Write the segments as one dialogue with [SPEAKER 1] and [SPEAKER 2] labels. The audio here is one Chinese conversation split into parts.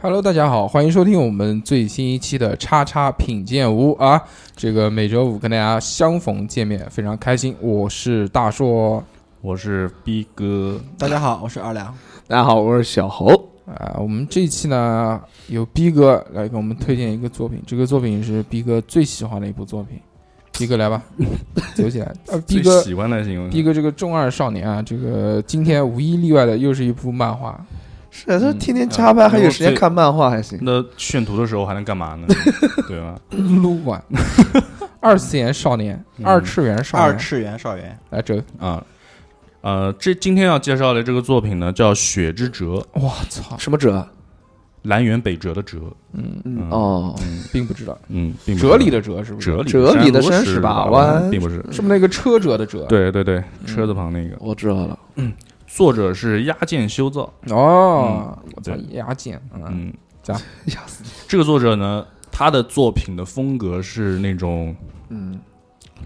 [SPEAKER 1] Hello，大家好，欢迎收听我们最新一期的《叉叉品鉴屋》啊，这个每周五跟大家相逢见面，非常开心。我是大硕
[SPEAKER 2] 我是逼哥，
[SPEAKER 3] 大家好，我是二两。
[SPEAKER 4] 大家好，我是小侯。
[SPEAKER 1] 啊、我们这一期呢有逼哥来给我们推荐一个作品，这个作品是逼哥最喜欢的一部作品。逼哥 来吧，走起来。呃，逼
[SPEAKER 2] 最
[SPEAKER 1] 哥，
[SPEAKER 2] 喜欢的是因为
[SPEAKER 1] 逼哥这个中二少年啊，这个今天无一例外的又是一部漫 画。
[SPEAKER 4] 是啊，这
[SPEAKER 1] 嗯
[SPEAKER 4] 天天加班
[SPEAKER 2] 啊
[SPEAKER 4] 还有时间
[SPEAKER 2] 我最
[SPEAKER 4] 看漫画还行。
[SPEAKER 2] 那炫图的时候还能干嘛呢？ 对吧？
[SPEAKER 1] 撸 管，二次元少年，
[SPEAKER 2] 嗯
[SPEAKER 1] 二次元少
[SPEAKER 3] 二
[SPEAKER 1] 年，
[SPEAKER 3] 次元少元，
[SPEAKER 1] 来这，
[SPEAKER 2] 啊，呃，这今天要介绍的这个作品呢，叫《雪之折》，
[SPEAKER 1] 我操，
[SPEAKER 4] 什么折？
[SPEAKER 2] 南辕北辙的辙。
[SPEAKER 1] 嗯，
[SPEAKER 2] 嗯
[SPEAKER 4] 哦，
[SPEAKER 2] 嗯
[SPEAKER 1] 并不知道，
[SPEAKER 2] 嗯，并不是
[SPEAKER 1] 哲理的哲是不是？
[SPEAKER 2] 哲理
[SPEAKER 4] 哲理的
[SPEAKER 2] 山
[SPEAKER 4] 山
[SPEAKER 2] 石
[SPEAKER 4] 石
[SPEAKER 2] 把
[SPEAKER 4] 把
[SPEAKER 2] 弯，
[SPEAKER 4] 弯
[SPEAKER 2] 并不是。
[SPEAKER 1] 是不是那个车辙的辙？，
[SPEAKER 2] 对对对，
[SPEAKER 1] 嗯
[SPEAKER 2] 车字旁那个
[SPEAKER 4] 我知道 了。
[SPEAKER 2] 作者是押见修造。
[SPEAKER 1] 哦，我操
[SPEAKER 2] 对，
[SPEAKER 1] 压剑，嗯，
[SPEAKER 2] 嗯，
[SPEAKER 4] 压死你！
[SPEAKER 2] 这个作者呢，他的作品的风格是那种
[SPEAKER 4] 嗯，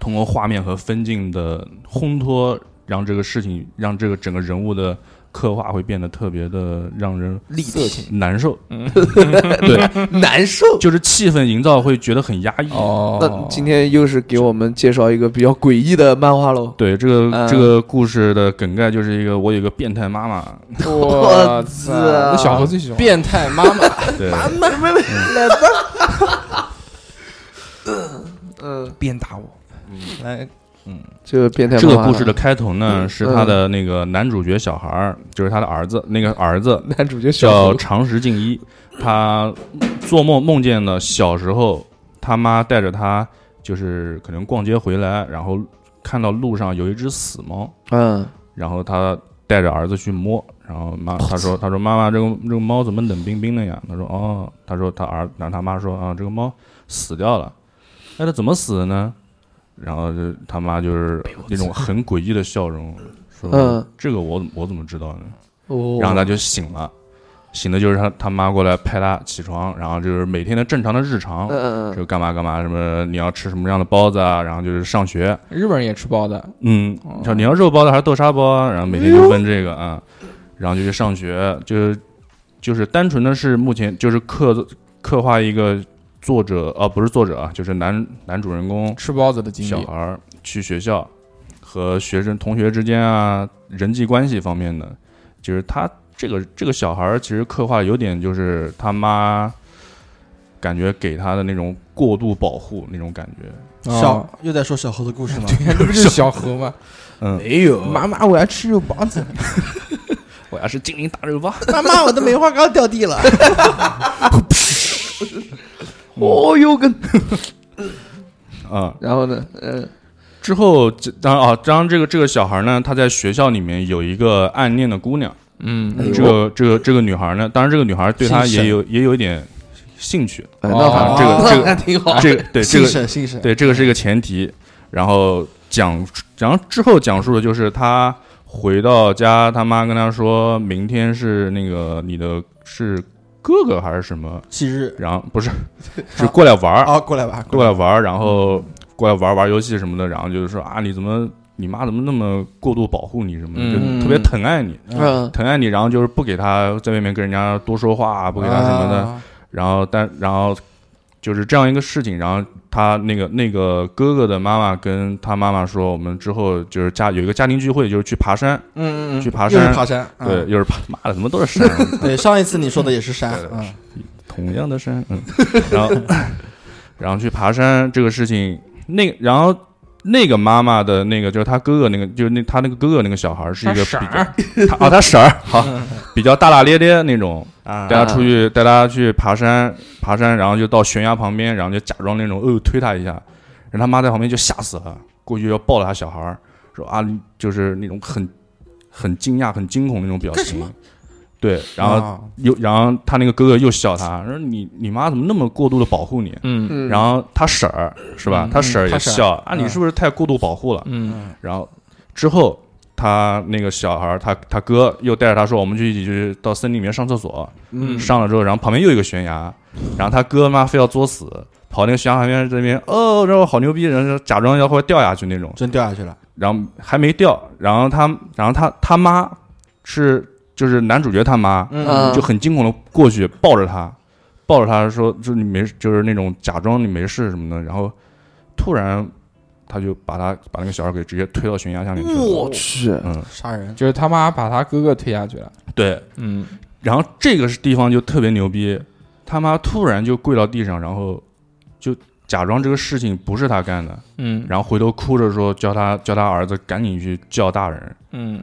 [SPEAKER 2] 通过画面和分镜的烘托，让这个事情，让这个整个人物的刻画会变得特别的让人
[SPEAKER 1] 力色情
[SPEAKER 2] 难受，
[SPEAKER 1] 嗯
[SPEAKER 4] 难受。
[SPEAKER 2] 就是气氛营造会觉得很压抑。
[SPEAKER 1] 哦。
[SPEAKER 4] 那今天又是给我们介绍一个比较诡异的漫画喽。
[SPEAKER 2] 对，这个、
[SPEAKER 1] 呃
[SPEAKER 4] 嗯
[SPEAKER 2] 这个故事的梗概就是一个我有个变态妈 妈，
[SPEAKER 1] 我操，
[SPEAKER 4] 操
[SPEAKER 1] 那小猴最喜欢变态妈 妈，
[SPEAKER 2] 对，
[SPEAKER 4] 嗯，
[SPEAKER 1] 鞭打我，
[SPEAKER 3] 来
[SPEAKER 4] 这个变态
[SPEAKER 2] 这
[SPEAKER 4] 漫
[SPEAKER 2] 个
[SPEAKER 4] 画
[SPEAKER 2] 故事的开头呢
[SPEAKER 4] 嗯
[SPEAKER 2] 是他的那个男主角小孩儿，就是他的儿子，那个儿子
[SPEAKER 4] 男主角小
[SPEAKER 2] 叫
[SPEAKER 4] 猴
[SPEAKER 2] 长石敬一，他做梦梦见了小时候他妈带着他，就是可能逛街回来，然后看到路上有一只死猫，
[SPEAKER 4] 嗯，
[SPEAKER 2] 然后他带着儿子去摸，然后妈他说他说妈妈这个这个猫怎么冷冰冰的呀？他说哦，他说他儿然后他妈说啊这个猫死掉了，哎它怎么死的呢？然后就他妈就是那种很诡异的笑容，说、
[SPEAKER 4] 嗯
[SPEAKER 2] 这个我我怎么知道呢？
[SPEAKER 4] 哦，
[SPEAKER 2] 然后他就醒了，醒的就是他他妈过来拍他起床，然后就是每天的正常的日常。
[SPEAKER 4] 嗯嗯
[SPEAKER 2] 就干嘛干嘛，什么你要吃什么样的包子啊？然后就是上学，
[SPEAKER 1] 日本人也吃包的，
[SPEAKER 2] 嗯
[SPEAKER 1] 哦，
[SPEAKER 2] 像你要肉包的还是豆沙包啊？然后每天就问这个啊，然后就去上学，就是就是单纯的是目前就是刻刻画一个作者啊，不是作者啊，就是男男主人公
[SPEAKER 1] 吃包子的经
[SPEAKER 2] 小
[SPEAKER 1] 历
[SPEAKER 2] 孩，儿去学校和学生同学之间啊，人际关系方面的，就是他这个这个小孩儿其实刻画有点就是他妈感觉给他的那种过度保护那种感觉，
[SPEAKER 3] 小
[SPEAKER 1] 哦，
[SPEAKER 3] 又在说小猴的故事吗？
[SPEAKER 1] 这不就是小猴吗？
[SPEAKER 2] 嗯，
[SPEAKER 4] 没有
[SPEAKER 1] 妈妈，我要吃肉包 子。
[SPEAKER 2] 哎我要是精灵大肉包。
[SPEAKER 3] 妈妈，我的梅花糕掉地了。
[SPEAKER 4] 哦哟跟，
[SPEAKER 2] 啊，
[SPEAKER 4] 然后呢，嗯
[SPEAKER 2] 之后，这当然啊，当然这个这个小孩呢，他在学校里面有一个暗恋的姑娘，
[SPEAKER 1] 嗯
[SPEAKER 4] 哎呦
[SPEAKER 2] 这个这个这个女孩呢，当然这个女孩对他
[SPEAKER 3] 姓沈
[SPEAKER 2] 也有也有一点兴趣，
[SPEAKER 4] 哎
[SPEAKER 1] 哦
[SPEAKER 4] 那好，
[SPEAKER 2] 啊，这个这
[SPEAKER 4] 那
[SPEAKER 2] 个
[SPEAKER 4] 挺 好。
[SPEAKER 2] 这个 对这
[SPEAKER 3] 姓
[SPEAKER 2] 个
[SPEAKER 3] 沈，姓沈。
[SPEAKER 2] 对这个是一个前提，然后讲然后之后讲述的就是他回到家，他妈跟他说明天是那个你的是哥哥还是什么，
[SPEAKER 3] 忌日
[SPEAKER 2] 然后不是是过来玩儿，
[SPEAKER 3] 啊，过来吧，
[SPEAKER 2] 过来玩儿，然后过来玩儿玩儿游戏什么的，然后就是说啊，你怎么你妈怎么那么过度保护你什么的，
[SPEAKER 1] 嗯
[SPEAKER 2] 就特别疼爱你，
[SPEAKER 4] 嗯，
[SPEAKER 2] 疼爱你，然后就是不给他在外面跟人家多说话，不给他什么的，
[SPEAKER 1] 啊
[SPEAKER 2] 然后但然后就是这样一个事情，然后他那个那个哥哥的妈妈跟他妈妈说，我们之后就是家有一个家庭聚会，就是去爬山，
[SPEAKER 3] 嗯嗯嗯，
[SPEAKER 2] 去爬
[SPEAKER 3] 又是
[SPEAKER 2] 山
[SPEAKER 3] 爬山。嗯
[SPEAKER 2] 对，又是爬，妈的，怎么都是山啊，
[SPEAKER 3] 对，上一次你说的也是山。嗯，
[SPEAKER 2] 同样的山，嗯，然后然后去爬山这个事情，那个然后那个妈妈的那个就是他哥哥那个，就是那他那个哥哥那个小孩儿是一个
[SPEAKER 1] 他
[SPEAKER 2] 比
[SPEAKER 1] 婶儿，
[SPEAKER 2] 较他啊他婶儿好 比较大大咧咧那种，
[SPEAKER 3] 啊
[SPEAKER 2] 带他出去带他去爬山爬山，然后就到悬崖旁边，然后就假装那种哦推他一下，然后他妈在旁边就吓死了，过去要抱了他小孩儿，说啊你就是那种很很惊讶很惊恐那种表
[SPEAKER 3] 干什
[SPEAKER 2] 情
[SPEAKER 3] 么，
[SPEAKER 2] 对，然后
[SPEAKER 1] 啊
[SPEAKER 2] 又然后他那个哥哥又笑他，说你你妈怎么那么过度的保护你？
[SPEAKER 1] 嗯
[SPEAKER 4] 嗯
[SPEAKER 2] 然后他婶儿是吧
[SPEAKER 1] 嗯？
[SPEAKER 2] 他婶儿
[SPEAKER 3] 他
[SPEAKER 2] 也
[SPEAKER 3] 婶儿
[SPEAKER 2] 笑啊，
[SPEAKER 3] 嗯
[SPEAKER 2] 你是不是太过度保护了？
[SPEAKER 1] 嗯
[SPEAKER 2] 然后之后他那个小孩儿，他他哥又带着他说，我们去一起去到森林里面上厕所。
[SPEAKER 1] 嗯，
[SPEAKER 2] 上了之后，然后旁边又有一个悬崖，然后他哥妈非要作死，跑那个悬崖旁边这边哦，然后好牛逼，然后就假装要会掉下去那种，
[SPEAKER 3] 真掉下去了。
[SPEAKER 2] 然后还没掉，然后他然后他他妈是就是男主角他妈
[SPEAKER 4] 啊
[SPEAKER 2] 就很惊恐的过去抱着他，抱着他说就是你没事，就是那种假装你没事什么的，然后突然他就把他把那个小孩给直接推到悬崖下面去了
[SPEAKER 4] 我，去，
[SPEAKER 2] 嗯，
[SPEAKER 3] 杀人，
[SPEAKER 1] 就是他妈把他哥哥推下去了。
[SPEAKER 2] 对，
[SPEAKER 1] 嗯，
[SPEAKER 2] 然后这个是地方就特别牛逼，他妈突然就跪到地上，然后就假装这个事情不是他干的，
[SPEAKER 1] 嗯
[SPEAKER 2] 然后回头哭着说叫他叫他儿子赶紧去叫大人。
[SPEAKER 1] 嗯，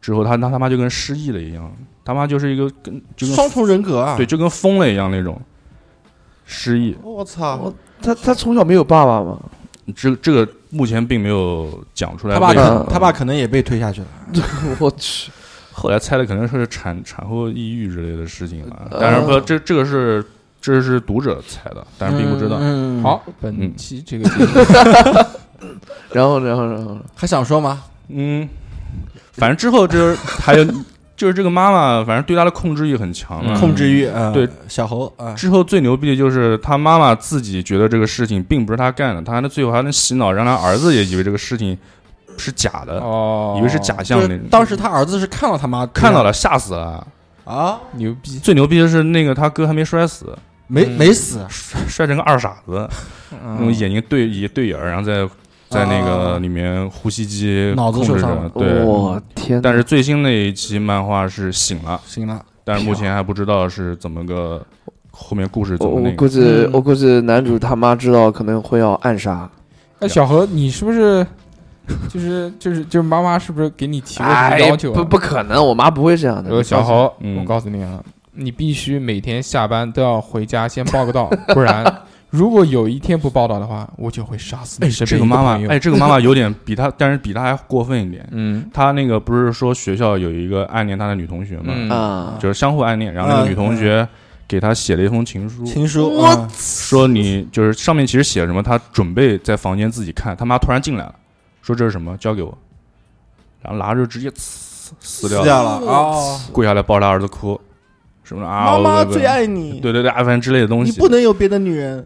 [SPEAKER 2] 之后他他他妈就跟失忆了一样，他妈就是一个跟就跟
[SPEAKER 3] 双重人格啊！
[SPEAKER 2] 对，就跟疯了一样那种失忆。
[SPEAKER 3] 我操，
[SPEAKER 4] 我他他从小没有爸爸吗？
[SPEAKER 2] 这这个目前并没有讲出来
[SPEAKER 3] 他
[SPEAKER 2] 为
[SPEAKER 3] 爸
[SPEAKER 2] 什么。
[SPEAKER 4] 嗯
[SPEAKER 3] 可他爸可能也被推下去了。
[SPEAKER 4] 我去，
[SPEAKER 2] 后来猜的可能是产产后抑郁之类的事情啊，
[SPEAKER 4] 呃
[SPEAKER 2] 但是不这这个是这是读者猜的，但是并不知道。
[SPEAKER 3] 嗯，嗯，
[SPEAKER 1] 好，本期这 个节目
[SPEAKER 4] 然后然后 然后，
[SPEAKER 3] 还想说吗？
[SPEAKER 2] 嗯，反正之后就是还有就是这个妈妈，反正对他的控制欲很强嘛。
[SPEAKER 1] 嗯
[SPEAKER 3] 控制欲啊，
[SPEAKER 2] 对，
[SPEAKER 3] 小猴啊，
[SPEAKER 2] 之后最牛逼的就是他妈妈自己觉得这个事情并不是他干的，他还能最后还能洗脑，让他儿子也以为这个事情是假的，
[SPEAKER 1] 哦，
[SPEAKER 2] 以为是假象
[SPEAKER 3] 就
[SPEAKER 2] 那
[SPEAKER 3] 是
[SPEAKER 2] 种。
[SPEAKER 3] 当时他儿子是看到他妈
[SPEAKER 2] 看到
[SPEAKER 3] 了
[SPEAKER 2] 了，吓死了。
[SPEAKER 3] 啊，
[SPEAKER 1] 牛逼，
[SPEAKER 2] 最牛逼的是那个他哥还没摔死，
[SPEAKER 3] 没
[SPEAKER 1] 嗯
[SPEAKER 3] 没死，
[SPEAKER 2] 摔摔成个二傻子，那种
[SPEAKER 1] 嗯，
[SPEAKER 2] 眼睛对一对眼儿，然后在在那个里面呼吸机
[SPEAKER 3] 脑子
[SPEAKER 2] 控制
[SPEAKER 3] 受伤
[SPEAKER 2] 着
[SPEAKER 3] 了
[SPEAKER 2] 对，
[SPEAKER 4] 我天哪，
[SPEAKER 2] 但是最新那一期漫画是醒了。
[SPEAKER 3] 行了，
[SPEAKER 2] 但是目前还不知道是怎么个后面故事怎么
[SPEAKER 4] 我我
[SPEAKER 2] 那个。
[SPEAKER 4] 估计
[SPEAKER 3] 嗯
[SPEAKER 4] 我估计男主他妈知道可能会要暗杀，
[SPEAKER 1] 哎，小何，你是不是就是就是就是妈妈是不是给你提过什么
[SPEAKER 4] 哎
[SPEAKER 1] 要求啊？
[SPEAKER 4] 不不可能，我妈不会这样
[SPEAKER 1] 呃，
[SPEAKER 4] 的。
[SPEAKER 1] 小豪，
[SPEAKER 2] 嗯
[SPEAKER 1] 我告诉你啊，你必须每天下班都要回家先报个到，不然如果有一天不报道的话，我就会杀死你身
[SPEAKER 2] 这
[SPEAKER 1] 边
[SPEAKER 2] 个
[SPEAKER 1] 一
[SPEAKER 2] 妈
[SPEAKER 1] 朋
[SPEAKER 2] 妈，
[SPEAKER 1] 友
[SPEAKER 2] 哎，，这个妈妈有点比她，但是比她还过分一点。
[SPEAKER 1] 嗯
[SPEAKER 2] 她那个不是说学校有一个暗恋她的女同学嘛，
[SPEAKER 1] 嗯
[SPEAKER 4] 啊，
[SPEAKER 2] 就是相互暗恋，然后那个女同学给她写了一封情书，
[SPEAKER 3] 情书，
[SPEAKER 4] 我
[SPEAKER 3] 嗯
[SPEAKER 2] 说你就是上面其实写了什么，她准备在房间自己看，她妈突然进来了，说这是什么，交给我，然后拿着直接撕撕掉
[SPEAKER 3] 死
[SPEAKER 2] 了，
[SPEAKER 3] 掉了啊！
[SPEAKER 2] 跪下来抱着她儿子哭，什么的啊，
[SPEAKER 5] 妈妈
[SPEAKER 2] 我
[SPEAKER 5] 最，爱你，
[SPEAKER 2] 对对对，啊，反正之类的东
[SPEAKER 5] 你
[SPEAKER 2] 西，
[SPEAKER 5] 不能有别的女人。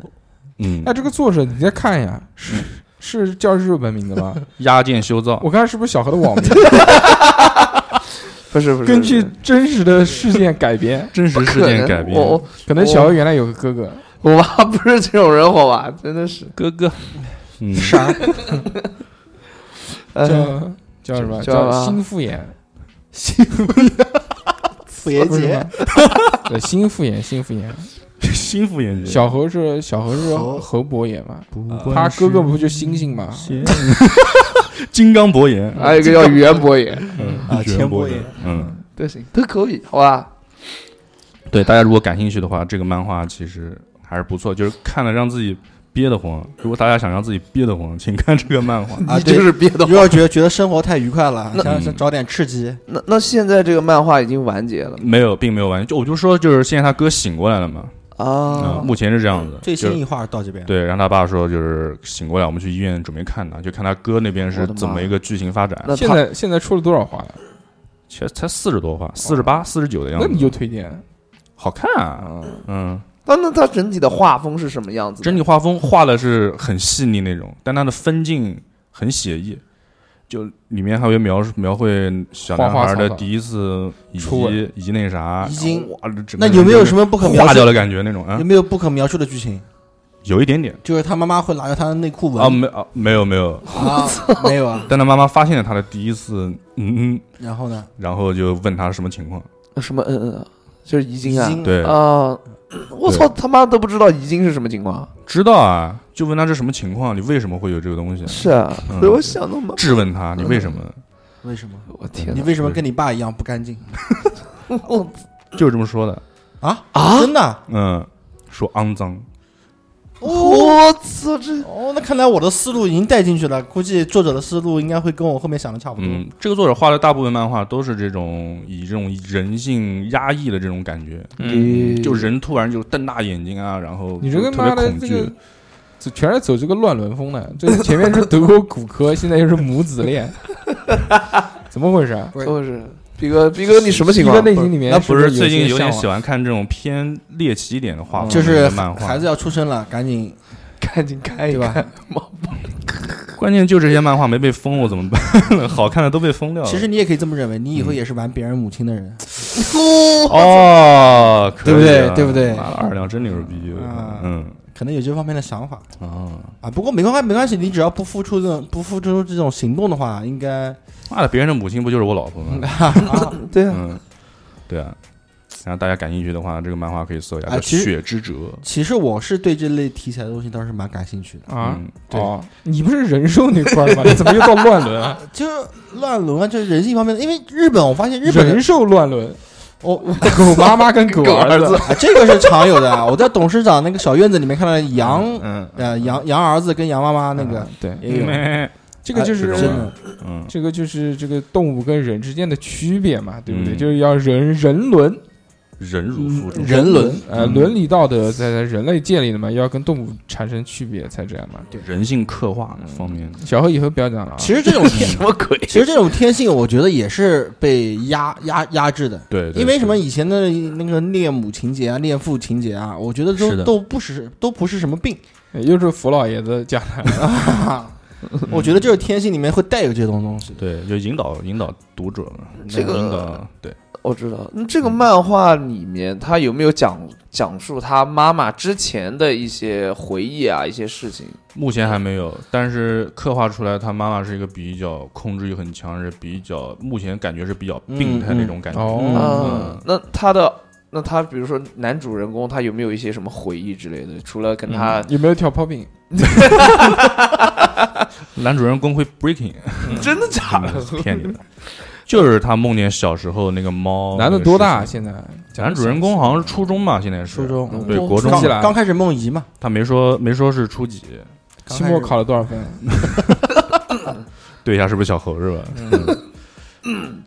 [SPEAKER 2] 嗯
[SPEAKER 1] 哎，，这个作者你再看一下，是是叫日文名字吗？
[SPEAKER 2] 压剑修造，
[SPEAKER 1] 我看是不是小何的网名，
[SPEAKER 4] 不是不是，
[SPEAKER 1] 根据
[SPEAKER 4] 不是
[SPEAKER 1] 真实的事件改编，哦
[SPEAKER 2] 真实事件改编。
[SPEAKER 4] 我我
[SPEAKER 1] 可能小何原来有个哥哥，
[SPEAKER 4] 我妈 不是这种人，好吧，真的是，
[SPEAKER 2] 哥哥，嗯，
[SPEAKER 3] 啥？
[SPEAKER 4] 哎
[SPEAKER 1] 叫叫什么？
[SPEAKER 4] 叫
[SPEAKER 1] 叫
[SPEAKER 4] 啊
[SPEAKER 1] 新复眼，
[SPEAKER 5] 傅爷
[SPEAKER 1] 不是
[SPEAKER 5] 姐
[SPEAKER 1] 吗，？ 对，新复眼，新复眼。
[SPEAKER 2] 新副眼镜，
[SPEAKER 1] 小何是小何是
[SPEAKER 3] 何
[SPEAKER 1] 侯伯也嘛，
[SPEAKER 4] 呃
[SPEAKER 2] 不
[SPEAKER 1] 他哥哥不就星星嘛？
[SPEAKER 2] 金刚博言，
[SPEAKER 4] 还有一个叫袁 博也
[SPEAKER 2] 嗯
[SPEAKER 3] 啊钱伯
[SPEAKER 2] 言
[SPEAKER 3] 言，
[SPEAKER 2] 嗯，
[SPEAKER 4] 都行，都可以，好吧。
[SPEAKER 2] 对，大家如果感兴趣的话，这个漫画其实还是不错，就是看了让自己憋得慌。如果大家想让自己憋得慌，请看这个漫画。
[SPEAKER 3] 啊
[SPEAKER 4] 你 就是憋得
[SPEAKER 3] 如
[SPEAKER 4] 慌。
[SPEAKER 3] 果觉得觉得生活太愉快了，
[SPEAKER 2] 嗯
[SPEAKER 4] 那
[SPEAKER 3] 想想找点刺激，
[SPEAKER 4] 那那现在这个漫画已经完结了
[SPEAKER 2] 没有，并没有完，就我就说，就是现在他哥醒过来了嘛，
[SPEAKER 4] 啊
[SPEAKER 2] 嗯，目前是这样子，
[SPEAKER 3] 最
[SPEAKER 2] 就
[SPEAKER 3] 新
[SPEAKER 2] 是
[SPEAKER 3] 一话到这边，
[SPEAKER 2] 对，让他爸说就是醒过来，我们去医院准备看他，就看他哥那边
[SPEAKER 4] 我
[SPEAKER 2] 是
[SPEAKER 4] 的妈
[SPEAKER 2] 怎么一个剧情发展。
[SPEAKER 4] 那
[SPEAKER 1] 现
[SPEAKER 4] 他
[SPEAKER 1] 在现在出了多少话了？
[SPEAKER 2] 其实才四十多话，四十
[SPEAKER 3] 哦
[SPEAKER 2] 八、四十九的样
[SPEAKER 1] 那
[SPEAKER 2] 子，
[SPEAKER 1] 你就推荐
[SPEAKER 2] 好看啊，
[SPEAKER 1] 啊？
[SPEAKER 2] 嗯。
[SPEAKER 4] 那那他整体的画风是什么样子的？
[SPEAKER 2] 整体画风画的是很细腻那种，但它的分镜很写意，就里面还会描述描绘小男孩的第一次以
[SPEAKER 1] 花花草草
[SPEAKER 2] 及以及那啥，
[SPEAKER 3] 已经
[SPEAKER 2] 然后哇，整个
[SPEAKER 3] 那有没有什
[SPEAKER 2] 么
[SPEAKER 3] 么不可描
[SPEAKER 2] 化
[SPEAKER 3] 述
[SPEAKER 2] 掉？的感觉那种啊
[SPEAKER 3] 有？没有不可描述的剧情？
[SPEAKER 2] 有一点点
[SPEAKER 3] 就是他妈妈会拿着他的内裤闻
[SPEAKER 2] 啊，没嗯啊没有没有，
[SPEAKER 3] 啊， 没有啊。
[SPEAKER 2] 但他妈妈发现了他的第一次，嗯嗯，
[SPEAKER 3] 然后呢？
[SPEAKER 2] 然后就问他什么情况，
[SPEAKER 4] 什么嗯嗯嗯，就是遗精啊
[SPEAKER 3] 已经
[SPEAKER 2] 对，
[SPEAKER 4] 啊！我操，他妈都不知道遗精是什么情况。
[SPEAKER 2] 知道啊，就问他这什么情况，你为什么会有这个东西？
[SPEAKER 4] 是啊，
[SPEAKER 2] 嗯
[SPEAKER 4] 所以我想到嘛，
[SPEAKER 2] 质问他你为什么，
[SPEAKER 3] 为什么？
[SPEAKER 4] 我天
[SPEAKER 3] 你
[SPEAKER 4] 哪
[SPEAKER 3] 为什么跟你爸一样不干净
[SPEAKER 2] 就是这么说的，
[SPEAKER 3] 啊？
[SPEAKER 4] 啊！
[SPEAKER 3] 真的？
[SPEAKER 2] 嗯，说肮脏，
[SPEAKER 4] 我操，这
[SPEAKER 3] 哦，那看来我的思路已经带进去了，估计作者的思路应该会跟我后面想的差不多。
[SPEAKER 2] 嗯，这个作者画的大部分漫画都是这种以这种人性压抑的这种感觉，
[SPEAKER 4] 嗯
[SPEAKER 2] 就人突然就瞪大眼睛啊，然后
[SPEAKER 1] 你这个
[SPEAKER 2] 就特别
[SPEAKER 1] 妈的
[SPEAKER 2] 恐
[SPEAKER 1] 这
[SPEAKER 2] 惧，
[SPEAKER 1] 个，这全是走这个乱伦风的。这前面是德国骨科，现在又是母子恋，怎么回事啊？
[SPEAKER 3] 不是
[SPEAKER 4] 就是逼哥，逼哥你什么情
[SPEAKER 1] 一
[SPEAKER 4] 况
[SPEAKER 1] 个？内心里面
[SPEAKER 2] 那不
[SPEAKER 1] 是
[SPEAKER 2] 是最近有点喜
[SPEAKER 1] 小，
[SPEAKER 2] 欢看这种偏猎奇一点的画风，
[SPEAKER 3] 就是
[SPEAKER 2] 嗯漫画，
[SPEAKER 4] 哎
[SPEAKER 3] 孩子要出生了，赶紧
[SPEAKER 4] 赶紧看一
[SPEAKER 3] 对吧
[SPEAKER 4] 看，
[SPEAKER 2] 关键就这些漫画没被封，我怎么办 呢？好看的都被封掉了。
[SPEAKER 3] 其实你也可以这么认为，你
[SPEAKER 2] 嗯
[SPEAKER 3] 以后也是玩别人母亲的人。
[SPEAKER 2] 哦，可以啊
[SPEAKER 3] 对不对对不对
[SPEAKER 2] 妈的二两真牛逼
[SPEAKER 3] 啊！
[SPEAKER 2] 嗯
[SPEAKER 3] 可能有这方面的想法
[SPEAKER 2] 啊，
[SPEAKER 3] 啊，不过没关系，没关系，你只要不付出这种不付出这种行动的话，应该
[SPEAKER 2] 妈的，别人的母亲不就是我老婆吗？
[SPEAKER 4] 对啊，
[SPEAKER 2] 嗯，对啊。然后大家感兴趣的话，这个漫画可以搜一下，
[SPEAKER 3] 啊
[SPEAKER 2] 叫《
[SPEAKER 3] 其实
[SPEAKER 2] 血之折》
[SPEAKER 3] 其实我是对这类题材的东西倒是蛮感兴趣的。
[SPEAKER 1] 啊
[SPEAKER 2] 嗯。
[SPEAKER 3] 对
[SPEAKER 1] 哦，你不是人兽那块儿 吗？你怎么又到乱伦啊 了？
[SPEAKER 3] 就是乱伦啊，就是人性方面的，因为日本我发现日本
[SPEAKER 1] 人兽乱 伦，
[SPEAKER 3] 我
[SPEAKER 1] 狗妈妈跟狗儿子，
[SPEAKER 3] 啊， 这个是常有的。我在董事长那个小院子里面看到羊，
[SPEAKER 2] 嗯，
[SPEAKER 3] 呃，羊羊儿子跟羊妈妈那个
[SPEAKER 1] 啊对，
[SPEAKER 3] 也有，
[SPEAKER 2] 嗯
[SPEAKER 1] 这个就
[SPEAKER 3] 啊
[SPEAKER 1] 是
[SPEAKER 3] 真的
[SPEAKER 2] 嗯，
[SPEAKER 1] 这个就是这个动物跟人之间的区别嘛，对不对？
[SPEAKER 2] 嗯
[SPEAKER 1] 就是要人人伦，
[SPEAKER 2] 忍辱负重，
[SPEAKER 3] 人伦
[SPEAKER 1] 呃，
[SPEAKER 2] 嗯
[SPEAKER 1] 伦理道德在在人类界里的嘛，要跟动物产生区别才这样嘛。
[SPEAKER 2] 人性刻画方面，
[SPEAKER 1] 小何以后不要讲了啊，
[SPEAKER 3] 其实这种天，
[SPEAKER 4] 什么鬼？
[SPEAKER 3] 其实这种天性，我觉得也是被压压压制的。
[SPEAKER 2] 对，对
[SPEAKER 3] 因为什么？
[SPEAKER 2] 对
[SPEAKER 3] 以前的那个恋母情节啊、恋父情节啊，我觉得
[SPEAKER 2] 是的
[SPEAKER 3] 都都不是都不是什么病，
[SPEAKER 1] 哎又是福老爷子讲的，
[SPEAKER 3] 我觉得这是天性里面会带有这种东西。
[SPEAKER 2] 对，就引导引导读者嘛，
[SPEAKER 4] 这个
[SPEAKER 2] 引导对，
[SPEAKER 4] 我知道，那这个漫画里面他有没有讲讲述他妈妈之前的一些回忆啊，一些事情？
[SPEAKER 2] 目前还没有，但是刻画出来，他妈妈是一个比较控制欲很强，是比较目前感觉是比较病态
[SPEAKER 3] 嗯嗯
[SPEAKER 2] 那种感觉。
[SPEAKER 1] 哦
[SPEAKER 4] 嗯，那他的那他比如说男主人公他有没有一些什么回忆之类的？除了跟他
[SPEAKER 1] 嗯有没有跳 popping？
[SPEAKER 2] 男主人公会 breaking，
[SPEAKER 4] 真的假的？
[SPEAKER 2] 嗯骗你的，就是他梦见小时候那个猫。
[SPEAKER 1] 男的
[SPEAKER 2] 那个
[SPEAKER 1] 多大？
[SPEAKER 2] 哦
[SPEAKER 1] 啊
[SPEAKER 2] 事情？
[SPEAKER 1] 现在
[SPEAKER 2] 男主人公好像是初中吧，现在是
[SPEAKER 3] 初中
[SPEAKER 2] 嗯对国中
[SPEAKER 1] 初
[SPEAKER 3] 刚
[SPEAKER 1] 期了
[SPEAKER 3] 刚开始梦遗嘛，
[SPEAKER 2] 他没说没说是初几，
[SPEAKER 1] 期末考了多少分？
[SPEAKER 2] 对一下是不是小猴是吧？
[SPEAKER 1] 嗯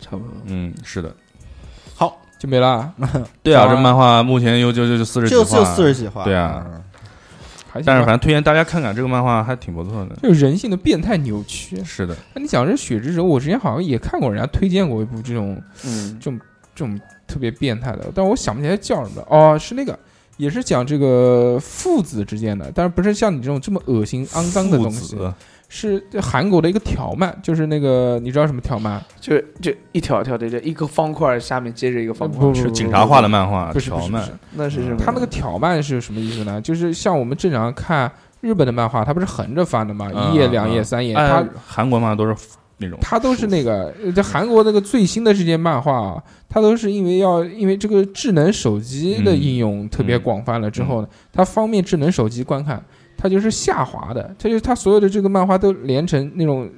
[SPEAKER 4] 差不多。
[SPEAKER 2] 嗯，是的。
[SPEAKER 1] 就没了，
[SPEAKER 2] 对啊，
[SPEAKER 1] 好啊
[SPEAKER 2] 这漫画目前又就就就四十几
[SPEAKER 3] 就
[SPEAKER 2] 话，
[SPEAKER 3] 就四十几话。
[SPEAKER 2] 对啊，
[SPEAKER 1] 还行吧
[SPEAKER 2] 但是反正推荐大家看看这个漫画，还挺不错的。
[SPEAKER 1] 就人性的变态扭曲。
[SPEAKER 2] 是的，
[SPEAKER 1] 那你讲这血之手，我之前好像也看过人家推荐过一部这种
[SPEAKER 4] 嗯，
[SPEAKER 1] 这种特别变态的，但我想不起来叫什么了。哦，是那个，也是讲这个父子之间的，但是不是像你这种这么恶心、肮脏的
[SPEAKER 2] 父
[SPEAKER 1] 东西，
[SPEAKER 2] 子啊
[SPEAKER 1] 是韩国的一个条漫，就是那个你知道什么条漫？
[SPEAKER 2] 啊
[SPEAKER 4] 就就一条一条的，就一个方块下面接着一个方
[SPEAKER 1] 不
[SPEAKER 4] 块
[SPEAKER 1] 不，
[SPEAKER 2] 是警察画的漫画，
[SPEAKER 1] 嗯不是不
[SPEAKER 2] 条
[SPEAKER 1] 是不
[SPEAKER 2] 漫
[SPEAKER 1] 是，
[SPEAKER 4] 那是什么？
[SPEAKER 1] 他那个条漫是什么意思呢？就是像我们正常看日本的漫画，它不是横着翻的吗？
[SPEAKER 2] 嗯
[SPEAKER 1] 一页、两页、三页，它
[SPEAKER 2] 哎，韩国漫画都是那种，
[SPEAKER 1] 它都是那个，呃这韩国那个最新的这些漫画啊，它都是因为要因为这个智能手机的应用特别广泛了之后呢，它方便智能手机观看，它就是下滑的，它就是它所有的这个漫画都连成那种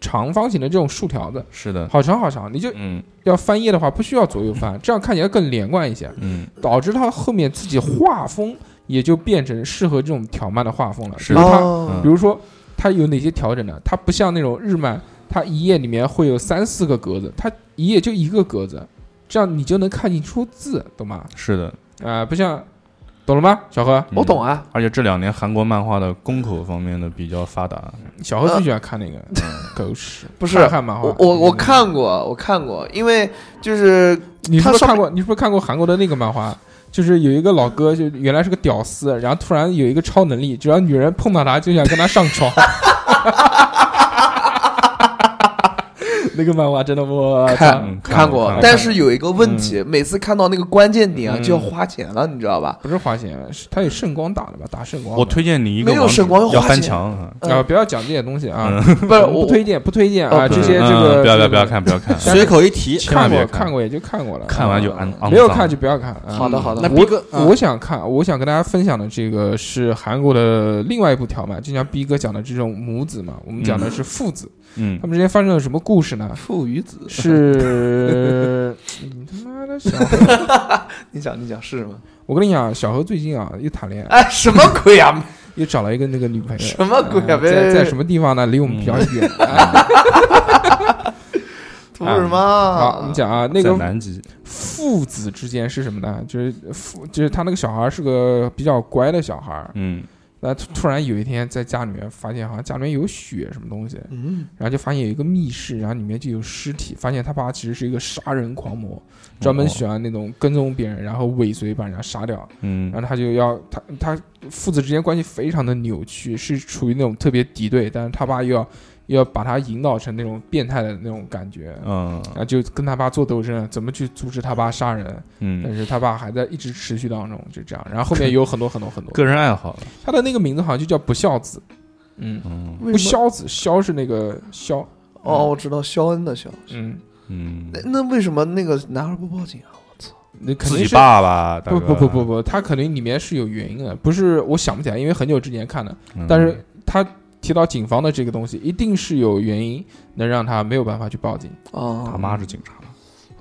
[SPEAKER 1] 长方形的这种竖条子，
[SPEAKER 2] 是的，
[SPEAKER 1] 好长好长，你就
[SPEAKER 2] 嗯
[SPEAKER 1] 要翻页的话不需要左右翻，这样看起来更连贯一些，
[SPEAKER 2] 嗯，
[SPEAKER 1] 导致它后面自己画风也就变成适合这种条漫的画风了，
[SPEAKER 2] 是
[SPEAKER 1] 比如它
[SPEAKER 2] 嗯
[SPEAKER 1] 比如说它有哪些调整呢？它不像那种日漫，它一页里面会有三四个格子，它一页就一个格子，这样你就能看清楚字，懂吗？
[SPEAKER 2] 是的，
[SPEAKER 1] 啊、不像，懂了吗？小何，
[SPEAKER 4] 我懂
[SPEAKER 2] 啊。
[SPEAKER 4] 啊，
[SPEAKER 2] 而且这两年韩国漫画的宫口方面的比较发达，
[SPEAKER 1] 小何最喜欢看 那个、狗屎，
[SPEAKER 4] 不是啊
[SPEAKER 1] 看看漫画。嗯
[SPEAKER 4] 我我我看过，我看过，因为就是
[SPEAKER 1] 你是
[SPEAKER 4] 他
[SPEAKER 1] 不是
[SPEAKER 4] 上
[SPEAKER 1] 看过？你是不是看过韩国的那个漫画？就是有一个老哥，就原来是个屌丝，然后突然有一个超能力，只要女人碰到他，就想跟他上 床。那个漫画真的我操
[SPEAKER 4] 看
[SPEAKER 2] 嗯看过看
[SPEAKER 4] 过
[SPEAKER 2] 过，
[SPEAKER 4] 但是有一个问题，
[SPEAKER 1] 嗯
[SPEAKER 4] 每次看到那个关键点啊就要花钱了，你知道吧？
[SPEAKER 1] 不是花钱，是它有圣光打的吧？打圣光的。
[SPEAKER 2] 我推荐你一个
[SPEAKER 4] 没有
[SPEAKER 2] 网址
[SPEAKER 4] 圣光
[SPEAKER 2] 要
[SPEAKER 4] 花
[SPEAKER 2] 翻
[SPEAKER 4] 钱
[SPEAKER 2] 墙啊，
[SPEAKER 1] 啊，不要讲这些东西啊，
[SPEAKER 4] 不是
[SPEAKER 1] 我
[SPEAKER 4] 我
[SPEAKER 1] 不推荐，不推荐啊，
[SPEAKER 4] 哦不
[SPEAKER 1] 这些这
[SPEAKER 2] 嗯
[SPEAKER 1] 个
[SPEAKER 2] 不要不要
[SPEAKER 1] 这个
[SPEAKER 2] 不要看不要 看，
[SPEAKER 1] 但是
[SPEAKER 3] 随口一提，
[SPEAKER 2] 千万
[SPEAKER 1] 看
[SPEAKER 2] 别
[SPEAKER 1] 过
[SPEAKER 2] 看
[SPEAKER 1] 看过也就看过了，啊
[SPEAKER 2] 看完就肮肮脏
[SPEAKER 1] 没有看就不要看。啊
[SPEAKER 4] 好的啊好的，
[SPEAKER 3] 那逼哥
[SPEAKER 1] 我我想看，我想跟大家分享的这个是韩国的另外一部条漫，就像逼哥讲的这种母子嘛，我们讲的是父子，
[SPEAKER 2] 嗯
[SPEAKER 1] 他，们之间发生了什么故事呢？
[SPEAKER 4] 父与子，
[SPEAKER 1] 是，你他妈的小 何，
[SPEAKER 4] 你讲你讲是什么？
[SPEAKER 1] 我跟你讲，小何最近啊又谈恋爱，
[SPEAKER 4] 哎，什么鬼啊？
[SPEAKER 1] 又找了一个那个女朋友，
[SPEAKER 4] 什么鬼啊？
[SPEAKER 1] 啊在在什
[SPEAKER 4] 么？
[SPEAKER 1] 么地方呢？离我们比较 远。啊
[SPEAKER 4] 图什么？
[SPEAKER 1] 好，我们讲啊，那
[SPEAKER 2] 在
[SPEAKER 1] 个
[SPEAKER 2] 南极，
[SPEAKER 1] 父子之间是什么呢？就是父，就是他那个小孩是个比较乖的小孩，
[SPEAKER 2] 嗯
[SPEAKER 1] 那突突然有一天在家里面发现，好像家里面有血什么东西，
[SPEAKER 3] 嗯，
[SPEAKER 1] 然后就发现有一个密室，然后里面就有尸体，发现他爸其实是一个杀人狂魔，
[SPEAKER 2] 嗯
[SPEAKER 1] 专门喜欢那种跟踪别人，然后尾随把人家杀掉，
[SPEAKER 2] 嗯
[SPEAKER 1] 然后他就要他他父子之间关系非常的扭曲，是处于那种特别敌对，但是他爸又要又要把他引导成那种变态的那种感觉。
[SPEAKER 2] 嗯
[SPEAKER 1] 然后就跟他爸做斗争，怎么去阻止他爸杀人？但
[SPEAKER 2] 嗯，
[SPEAKER 1] 是他爸还在一直持续当中，就这样。然后后面有很多很多很多，
[SPEAKER 2] 个人爱好，
[SPEAKER 1] 他的那个名字好像就叫不孝子，嗯，
[SPEAKER 2] 嗯
[SPEAKER 1] 不孝子，孝是那个孝，
[SPEAKER 4] 哦，我知道肖恩的肖，
[SPEAKER 1] 嗯，
[SPEAKER 2] 嗯
[SPEAKER 4] 那，那为什么那个男孩不报警啊？
[SPEAKER 1] 那肯
[SPEAKER 2] 自
[SPEAKER 1] 定
[SPEAKER 2] 己
[SPEAKER 1] 是
[SPEAKER 2] 爸爸，大
[SPEAKER 1] 不
[SPEAKER 2] 哥
[SPEAKER 1] 不不不，不，他肯定里面是有原因的，不是我想不起来，因为很久之前看的，
[SPEAKER 2] 嗯
[SPEAKER 1] 但是他提到警方的这个东西，一定是有原因能让他没有办法去报警，
[SPEAKER 2] 他
[SPEAKER 4] 啊，
[SPEAKER 2] 妈是警察，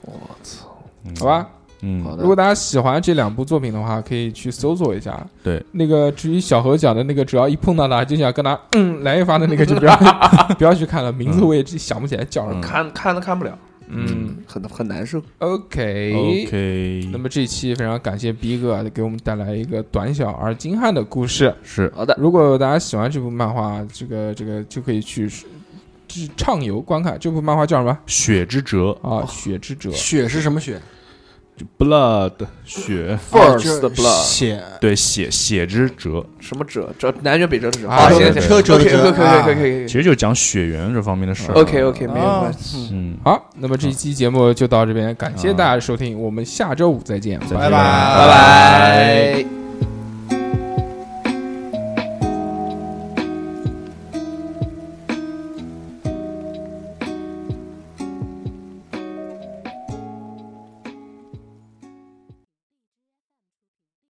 [SPEAKER 4] 我操，
[SPEAKER 2] 嗯
[SPEAKER 1] 好吧？
[SPEAKER 2] 嗯，
[SPEAKER 4] 好的
[SPEAKER 1] 如果大家喜欢这两部作品的话，可以去搜索一下。
[SPEAKER 2] 对，
[SPEAKER 1] 那个至于小何讲的那个，只要一碰到他就想跟他嗯来一发的那个，就不要 不要去看了，名字我也记想不起来叫什么。
[SPEAKER 4] 看看都看不了，
[SPEAKER 1] 嗯
[SPEAKER 4] 很很难受。
[SPEAKER 1] ，OK。
[SPEAKER 2] OK，
[SPEAKER 1] 那么这一期非常感谢逼哥啊，给我们带来一个短小而精悍的故事。
[SPEAKER 2] 是
[SPEAKER 4] 好的，
[SPEAKER 1] 如果大家喜欢这部漫画，这个这个就可以去去畅游观看。这部漫画叫什么？
[SPEAKER 2] 血之折
[SPEAKER 1] 啊，血之者。
[SPEAKER 3] 血是什么血？
[SPEAKER 2] 就，blood 血，
[SPEAKER 4] First
[SPEAKER 3] 啊就是
[SPEAKER 4] blood
[SPEAKER 3] 血，
[SPEAKER 2] 对血血之折，
[SPEAKER 4] 什么折？折南辕北辙的折
[SPEAKER 1] 啊
[SPEAKER 4] 行行
[SPEAKER 2] 对
[SPEAKER 4] 行
[SPEAKER 2] 对
[SPEAKER 3] 对
[SPEAKER 4] ，OK
[SPEAKER 3] 对
[SPEAKER 4] OK
[SPEAKER 3] 对
[SPEAKER 4] OK
[SPEAKER 3] 啊
[SPEAKER 4] OK OK
[SPEAKER 2] 其实就讲血缘这方面的事儿。
[SPEAKER 4] OK OK，没有
[SPEAKER 3] 啊
[SPEAKER 4] 关系。
[SPEAKER 2] 嗯，
[SPEAKER 1] 好，那么这一期节啊目就到这边，感谢大家收听，我们下周五再见，
[SPEAKER 2] 再见
[SPEAKER 3] 拜拜
[SPEAKER 4] 拜拜。